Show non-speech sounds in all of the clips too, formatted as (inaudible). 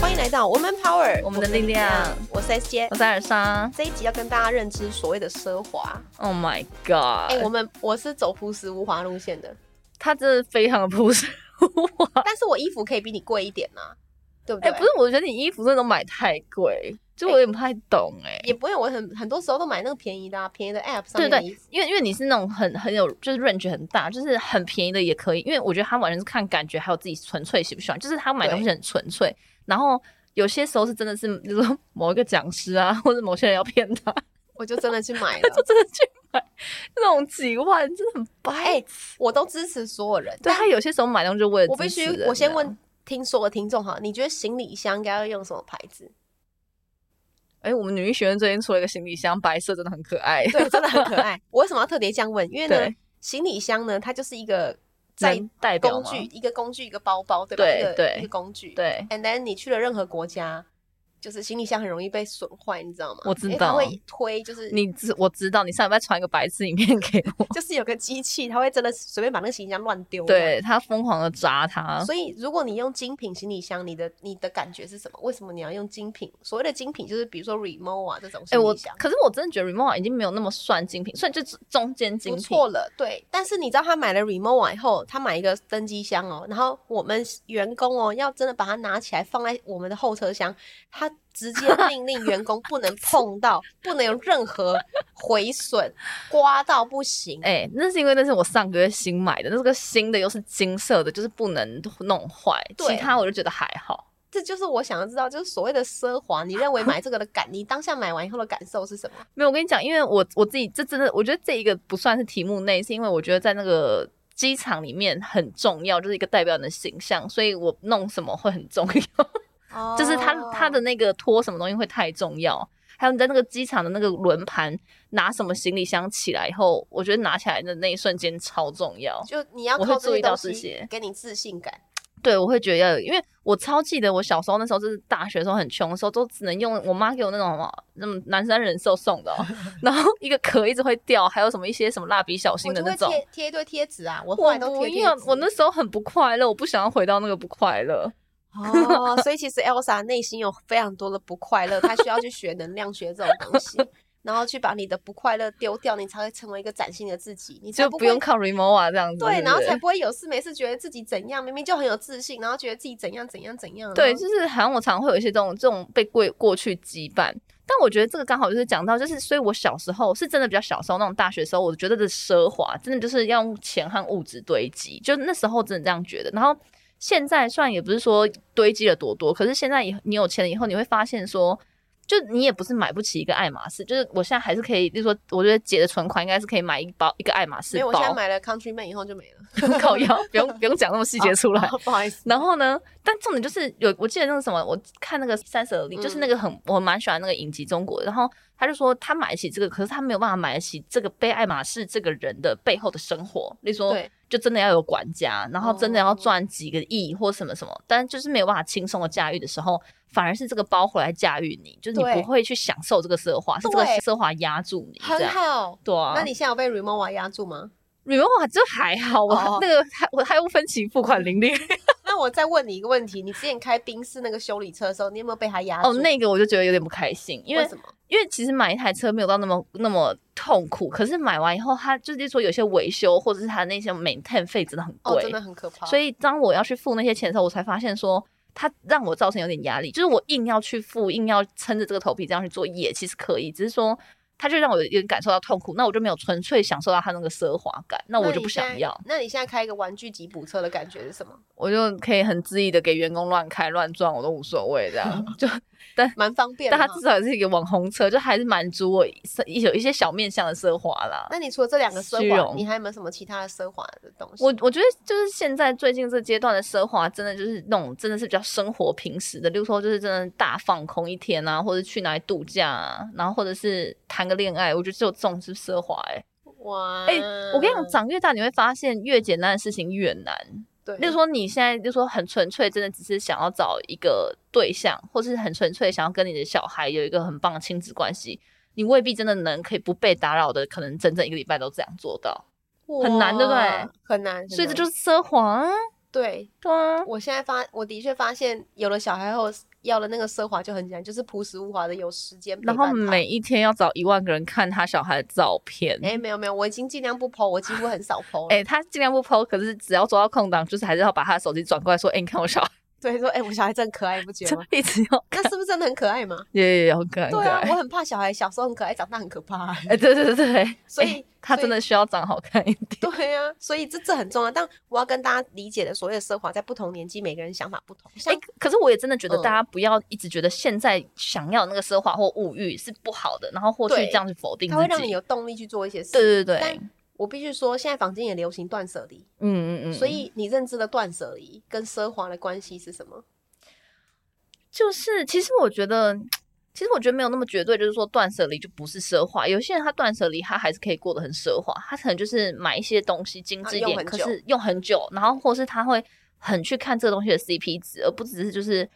欢迎来到 Woman Power，我们的力量我是 S 姐我。是尔莎。这一集要跟大家认知所谓的奢华。 Oh my 哎、我 god！们我是走朴实无华路线的，他真的非常的朴实无华。但是我衣服可以比你贵一点呐、对不啊哎、 (laughs) 对？不是，我觉得你衣服真的都买太贵，就我有点不太懂哎、也不会，我很很多时候都买那个便宜的、啊，便宜的 App 上对面的对衣服。，因为因为你是那种很很有就是 range 很大，就是很便宜的也可以，因为我觉得他完全是看感觉，还有自己纯粹喜不喜欢，就是他买东西很纯粹，然后。有些时候是真的是，比如说某一个讲师啊，或者某些人要骗他，我就真的去 (laughs) 买了，就真的去买那种几万，真的很白哎我都支持所有人。对但他有些时候买东西就为了啊我必支持须人，我先啊问听所有听众哈，你觉得行李箱应该要用什么牌子？哎、我们女医学院最近出了一个行李箱，白色真的很可爱。 (laughs) 对，真的很可爱。我为什么要特别这样问？因为呢对，行李箱呢，它就是一个在能代表工吗具，一个工具，一个包包，对吧？对一个对一个工具。对 And then 你去了任何国家，就是行李箱很容易被损坏，你知道吗？我知因为它道会推，就是你知我知道，你上礼拜传一个白字影片给我， (laughs) 就是有个机器，它会真的随便把那个行李箱乱丢。对他疯狂的砸他，所以，如果你用精品行李箱，你的你的感觉是什么？为什么你要用精品？所谓的精品就是比如说 Remo 啊这种哎、行我李箱，可是我真的觉得 Remova 已经没有那么算精品，算就是中间精不品。错了。对，但是你知道他买了 Remo 啊以后，他买一个登机箱哦，然后我们员工哦要真的把它拿起来放在我们的后车厢，他直接命令员工不能碰 (laughs) 到，不能有任何毁损，刮到不行。哎、那是因为那是我上个月新买的，那个新的又是金色的，就是不能弄坏。对其他我就觉得还好。这就是我想要知道，就是所谓的奢华，你认为买这个的感，你当下买完以后的感受是什么？没有，我跟你讲，因为我我自己这真的，我觉得这一个不算是题目内，是因为我觉得在那个机场里面很重要，就是一个代表你的形象，所以我弄什么会很重要。哦就是它哦它的那个拖什么东西会太重要，还有你在那个机场的那个轮盘拿什么行李箱起来以后，我觉得拿起来的那一瞬间超重要。就你要我靠会这注些意到东这西些给你自信感。对，我会觉得要有，因为我超记得我小时候那时候就是大学的时候很穷的时候，都只能用我妈给我那种什么那种南山人寿 (laughs) 送的哦、然后一个壳一直会掉，还有什么一些什么蜡笔小新我的就那会种。贴贴一堆贴纸啊，我后我来都不贴贴要纸，我那时候很不快乐，我不想要回到那个不快乐。哦，所以其实 Elsa 内心有非常多的不快乐，她需要去学能量学这种东西，然后去把你的不快乐丢掉，你才会成为一个崭新的自己，你才就不不用会靠 remova 这样子，对，是不然后是才不会有事没事觉得自己怎样，明明就很有自信，然后觉得自己怎样怎样怎样。对，然后就是好像我常会有一些这种这种被过过去羁绊，但我觉得这个刚好就是讲到，就是所以我小时候是真的比较小时候那种大学时候，我觉得的奢华真的就是要用钱和物质堆积，就那时候真的这样觉得。然后现在虽然也不是说堆积了多多，可是现在以你有钱了以后，你会发现说。就你也不是买不起一个爱马仕，就是我现在还是可以，就是说，我觉得姐的存款应该是可以买一包一个爱马仕没有，包我现在，买了 Countryman 以后就 (laughs) 没了，靠腰，不用不用讲那么细哦节出来。不好意思。然后呢？但重点就是有，我记得那个什么，我看那个三十而立，嗯就是那个很我蛮喜欢那个影集中国的。然后他就说他买得起这个，可是他没有办法买得起这个被爱马仕这个人的背后的生活。例如说，对，哦就真的要有管家，然后真的要赚几个亿或什么什么，但就是没有办法轻松的驾驭的时候，反而是这个包回来驾驭你，就是你对不会去享受这个奢华，是这个对奢华压住你这很样。好。对啊，那你现在有被 Remova 压住吗？你们哇，这还好，我、哦那个还我还用分期付款 (laughs) 零利率那我再问你一个问题，你之前开宾士那个修理车的时候，你有没有被他压住？哦，那个我就觉得有点不开心，因为为什么？因为其实买一台车没有到那么那么痛苦，可是买完以后，它就是说有些维修或者是它那些 maintain 费真的很哦，贵，真的很可怕。所以以当我要去付那些钱的时候，我才发现说它让我造成有点压力，就是我硬要去付，硬要撑着这个头皮这样去做，也其实可以，只是说它就让我有点感受到痛苦，那我就没有纯粹享受到它那个奢华感，那我就不想要，那你现在开一个玩具吉普车的感觉是什么？我就可以很恣意的给员工乱开乱撞，我都无所谓这样， (laughs) 就蛮方便的但哈。它至少也是一个网红车，就还是满足我一有一些小面向的奢华啦。那你除了这两个奢虚华，荣你还有没有什么其他的奢华的东西？我我觉得就是现在最近这阶段的奢华，真的就是那种真的是比较生活平时的，例如说就是真的大放空一天啊，或者去哪里度假啊，然后或者是谈个恋爱，我觉得只有这种是奢华哎、哇，哎我跟你讲，，长越大你会发现越简单的事情越难。对，例如说你现在就说很纯粹，真的只是想要找一个对象，或是很纯粹想要跟你的小孩有一个很棒的亲子关系，你未必真的能可以不被打扰的，可能整整一个礼拜都这样做到，很难哇对不对？很难，所以这很难就是奢华啊，对。对啊，我现在发，我的确发现有了小孩后，要了那个奢华就很简单，就是朴实无华的有时间陪然伴他后每一天要找一万个人看他小孩的照片，哎、没有没有，我已经尽量不剖，我几乎很少剖。哎、他尽量不 PO，可是只要抓到空档，就是还是要把他的手机转过来说，哎、你看我小孩，对，说哎、我小孩真可爱，你不觉得就吗？一直要那看，是不是真的很可爱嘛？也也也很可爱，很对可啊爱，我很怕小孩小时候很可爱，长大很可怕、啊哎、对对对对，所哎以他所真以的需要长好看一点。 (laughs) 对啊，所以这这很重要。但我要跟大家理解的所谓的奢华，在不同年纪每个人想法不同。哎、像、可是我也真的觉得嗯大家不要一直觉得现在想要的那个奢华或物欲是不好的，然后或去对这样去否定它会自让你己。有动力去做一些事。对对对，嗯但我必须说，现在房间也流行断舍离，嗯嗯嗯，所以你认知的断舍离跟奢华的关系是什么？就是其实我觉得。其实我觉得没有那么绝对，就是说断舍离就不是奢华。有些人他断舍离，他还是可以过得很奢华，他可能就是买一些东西精致一啊用点，很可久是用很久，然后或是他会很去看这个东西的 CP 值，而不只是就是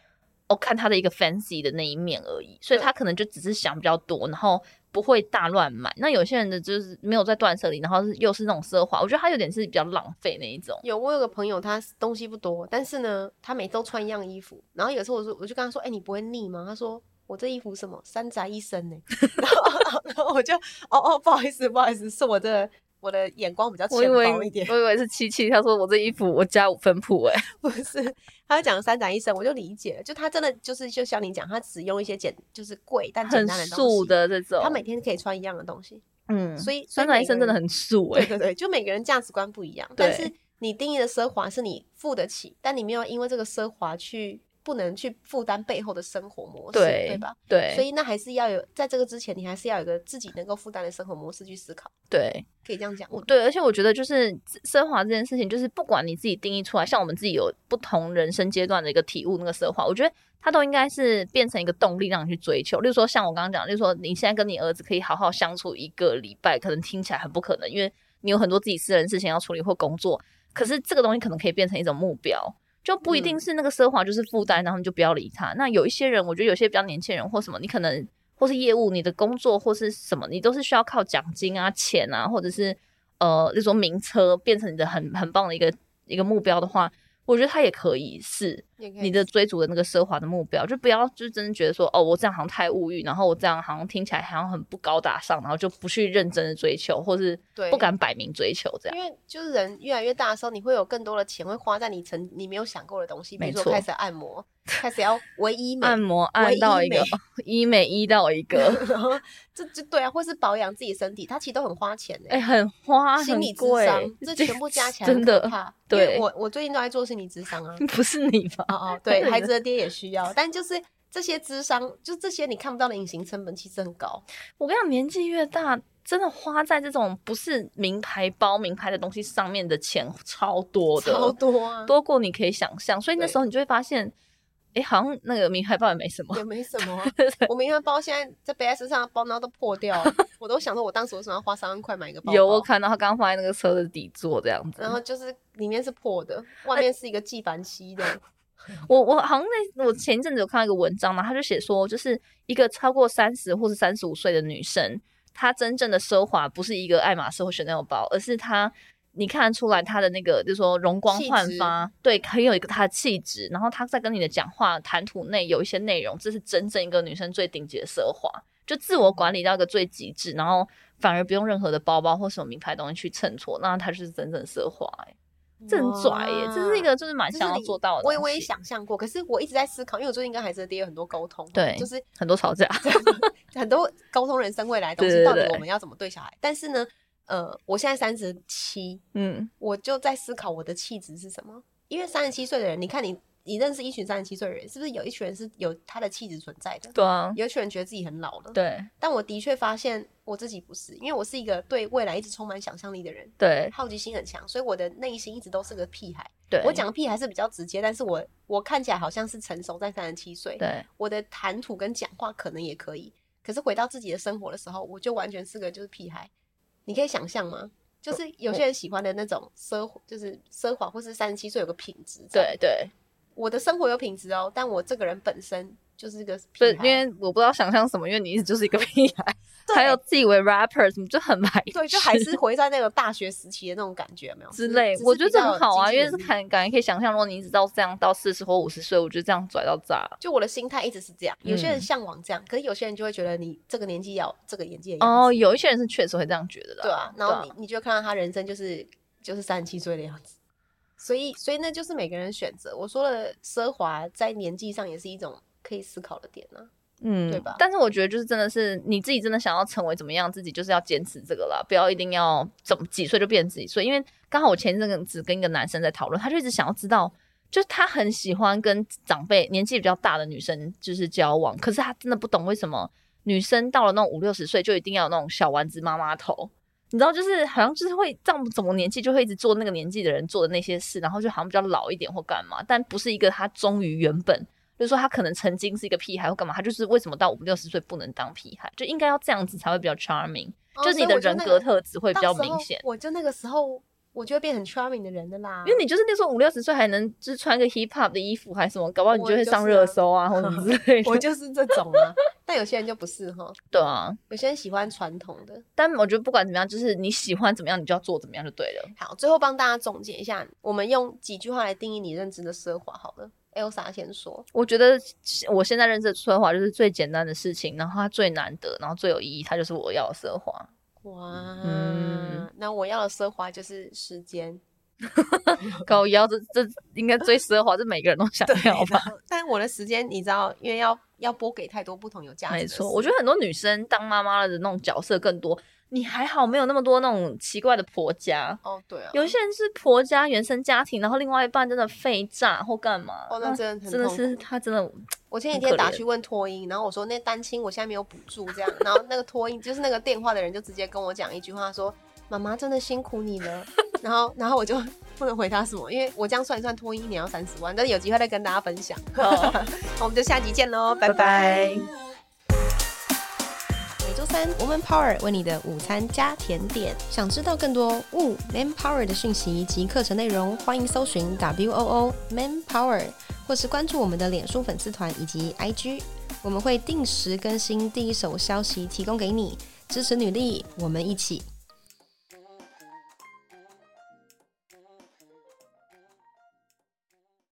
哦看他的一个 fancy 的那一面而已。所对以他可能就只是想比较多，然后不会大乱买。那有些人的就是没有在断舍离，然后是又是那种奢华，我觉得他有点是比较浪费那一种。有，我有个朋友，他东西不多，但是呢，他每周穿一样衣服。然后有时候我说，我就跟他说：“哎、你不会腻吗？”他说：“我这衣服什么三宅一生呢、 (laughs) 然后，然后我就：“哦哦，不好意思，不好意思，是我的我的眼光比较我以浅为薄一点，我以为是七七，他说我这衣服我加五分铺哎、不是。”他就讲三宅一生，我就理解了。就他真的就是，就像你讲，他只用一些简，就是贵但简很单的东西。素的这种，他每天可以穿一样的东西，嗯，所以所酸以奶每医生个真的人很素哎、对对对，就每个人价值观不一样，但对是你定义的奢华是你付得起，但你没有因为这个奢华去不能去负担背后的生活模式，对对吧？对所以那还是要有，在这个之前，你还是要有个自己能够负担的生活模式去思考，对可以这样讲我吗？对，而且我觉得就是奢华这件事情，就是不管你自己定义出来，像我们自己有不同人生阶段的一个体悟，那个奢华，我觉得它都应该是变成一个动力，让你去追求。例如说，像我刚刚讲，例如说你现在跟你儿子可以好好相处一个礼拜，可能听起来很不可能，因为你有很多自己私人事情要处理或工作，可是这个东西可能可以变成一种目标。就不一定嗯是那个奢华就是负担，然后你就不要理他。那有一些人，我觉得有些比较年轻人或什么，你可能或是业务、你的工作或是什么，你都是需要靠奖金啊、钱啊，或者是呃，那种名车变成你的很很棒的一个一个目标的话，我觉得它也可以是也可以你的追逐的那个奢华的目标，就不要就真的觉得说哦，我这样好像太物欲，然后我这样好像听起来好像很不高大上，然后就不去认真的追求，或是对不敢摆明追求这样。因为就是人越来越大的时候，你会有更多的钱会花在你曾你没有想过的东西，比没如错说开始按摩，开始要唯一美 (laughs) 按，摩按唯到医一个医美医到一个， (laughs) 然后这这对啊，或是保养自己身体，它其实都很花钱的、哎、很花，心理很智贵商，，这全部加起来很真可的怕。对。因为我我最近都在做心理智商啊 (laughs) 不是你吧？哦哦，对，对孩子的爹也需要，但就是这些智商，就这些你看不到的隐形成本其实很高。我跟你讲，年纪越大，真的花在这种不是名牌包、名牌的东西上面的钱超多的，超多啊，多过你可以想象。所以那对时候你就会发现，哎、好像那个名牌包也没什么。也没什么、 (laughs) 啊。我名牌包现在在背在身上的包，然后都破掉 (laughs) 了，我都想说，我当时为什么要花三万块买一个包包？有我看到他刚刚放在那个车的底座这样子，然后就是里面是破的，呃外面是一个纪梵希 (laughs) 的，我我好像那我前一阵子有看到一个文章嘛，他就写说，就是一个超过三十或是三十五岁的女生，她真正的奢华不是一个爱马仕或 Chanel 包，而是她你看得出来她的那个就是说容光气焕质发，对，很有一个她的气质，然后她在跟你的讲话谈吐内有一些内容，这是真正一个女生最顶级的奢华，就自我管理到一个最极致，然后反而不用任何的包包或什么名牌东西去衬托，那她就是真正的奢华、欸，这很拽耶、这是一哇个就是蛮就是想要你做到的东我西，也我也想象过，可是我一直在思考，因为我最近跟孩子的爹有很多沟通，对就是很多吵架。很多沟通人生未来的东对西，对到底对我们要怎么对小孩？但是呢，呃，我现在三十七，嗯，我就在思考我的气质是什么。因为三十七岁的人，你看你，你认识一群三十七岁的人，是不是有一群人是有他的气质存在的？对啊，有一群人觉得自己很老了。对但我的确发现我自己不是，因为我是一个对未来一直充满想象力的人，对好奇心很强，所以我的内心一直都是个屁孩。对，我讲的屁孩是比较直接，但是我我看起来好像是成熟在三十七岁。对，我的谈吐跟讲话可能也可以，可是回到自己的生活的时候，我就完全是个就是屁孩。你可以想象吗？就是有些人喜欢的那种奢，就是奢华，或是三十七岁有个品质。对，对我的生活有品质哦，但我这个人本身就是个屁不是因孩为我不知道想象什么，因为你一直就是一个屁孩，对还有自以为 rapper 什么就很白痴，对，就还是回在那个大学时期的那种感觉，有没有之只是类只，是我觉得比这较很好经啊，济因为是能力看感觉可以想象，如果你一直到这样到四十或五十岁，我觉得这样拽到炸了。就我的心态一直是这样，有些人嗯向往这样，可是有些人就会觉得你这个年纪要这个年纪的样哦，子，有一些人是确实会这样觉得的，对啊，然后你你就会看到他人生就是就是三十七岁的样子，所以所以那就是每个人选择。我说的奢华在年纪上也是一种可以思考的点啊，嗯，对吧但是我觉得就是真的是你自己真的想要成为怎么样，自己就是要坚持这个啦，不要一定要怎么几岁就变自己岁。因为刚好我前一阵子跟一个男生在讨论，他就一直想要知道，就是他很喜欢跟长辈年纪比较大的女生就是交往，可是他真的不懂为什么女生到了那种五六十岁就一定要有那种小丸子妈妈头。你知道，就是好像就是会这样，怎么年纪就会一直做那个年纪的人做的那些事，然后就好像比较老一点或干嘛，但不是一个他忠于原本就是说他可能曾经是一个屁孩或干嘛，他就是为什么到五六十岁不能当屁孩，就应该要这样子才会比较 charming，、哦就是你的人格特质会比较所明。以显。我就那个到时候我就那个时候我就会变很 charming 的人的啦，因为你就是那时候五六十岁还能就是穿个 hip hop 的衣服还是什么，搞不好你我就就会是上啊热搜啊或者什么之 (laughs) 类我的。就是这种啊， (laughs) 但有些人就不是哈，对啊，有些人喜欢传统的。但我觉得不管怎么样，就是你喜欢怎么样，你就要做怎么样就对了。好，最后帮大家总结一下，我们用几句话来定义你认知的奢华好了。Elsa 先说，我觉得我现在认识的奢华就是最简单的事情，然后它最难得，然后最有意义，它就是我要的奢华。哇，嗯那我要的奢华就是时间，高腰这这应该最奢华，这每个人都想要吧？然后但我的时间你知道，因为要要拨给太多不同有价值的没事，错，我觉得很多女生当妈妈的那种角色更多，你还好没有那么多那种奇怪的婆家。哦对啊，有一些人是婆家原生家庭，然后另外一半真的废炸或干嘛，哦那真的很真的痛苦是他真的我前几很天可打怜去问托婴，然后我说那单亲我现在没有补助这样，然后那个托婴就是那个电话的人就直接跟我讲一句话说：“妈妈真的辛苦你了。”然后然后我就不能回他什么，因为我这样算一算托婴一年要三十万，但是有机会再跟大家分享。好 (laughs) 我们就下集见喽，拜拜拜拜。每周三，Woman Power 为你的午餐加甜点。想知道更多 Wo Man Power 的讯息及课程内容，欢迎搜寻 W O O Man Power，或是关注我们的脸书粉丝团以及 IG，我们会定时更新第一手消息，提供给你支持女力，我们一起。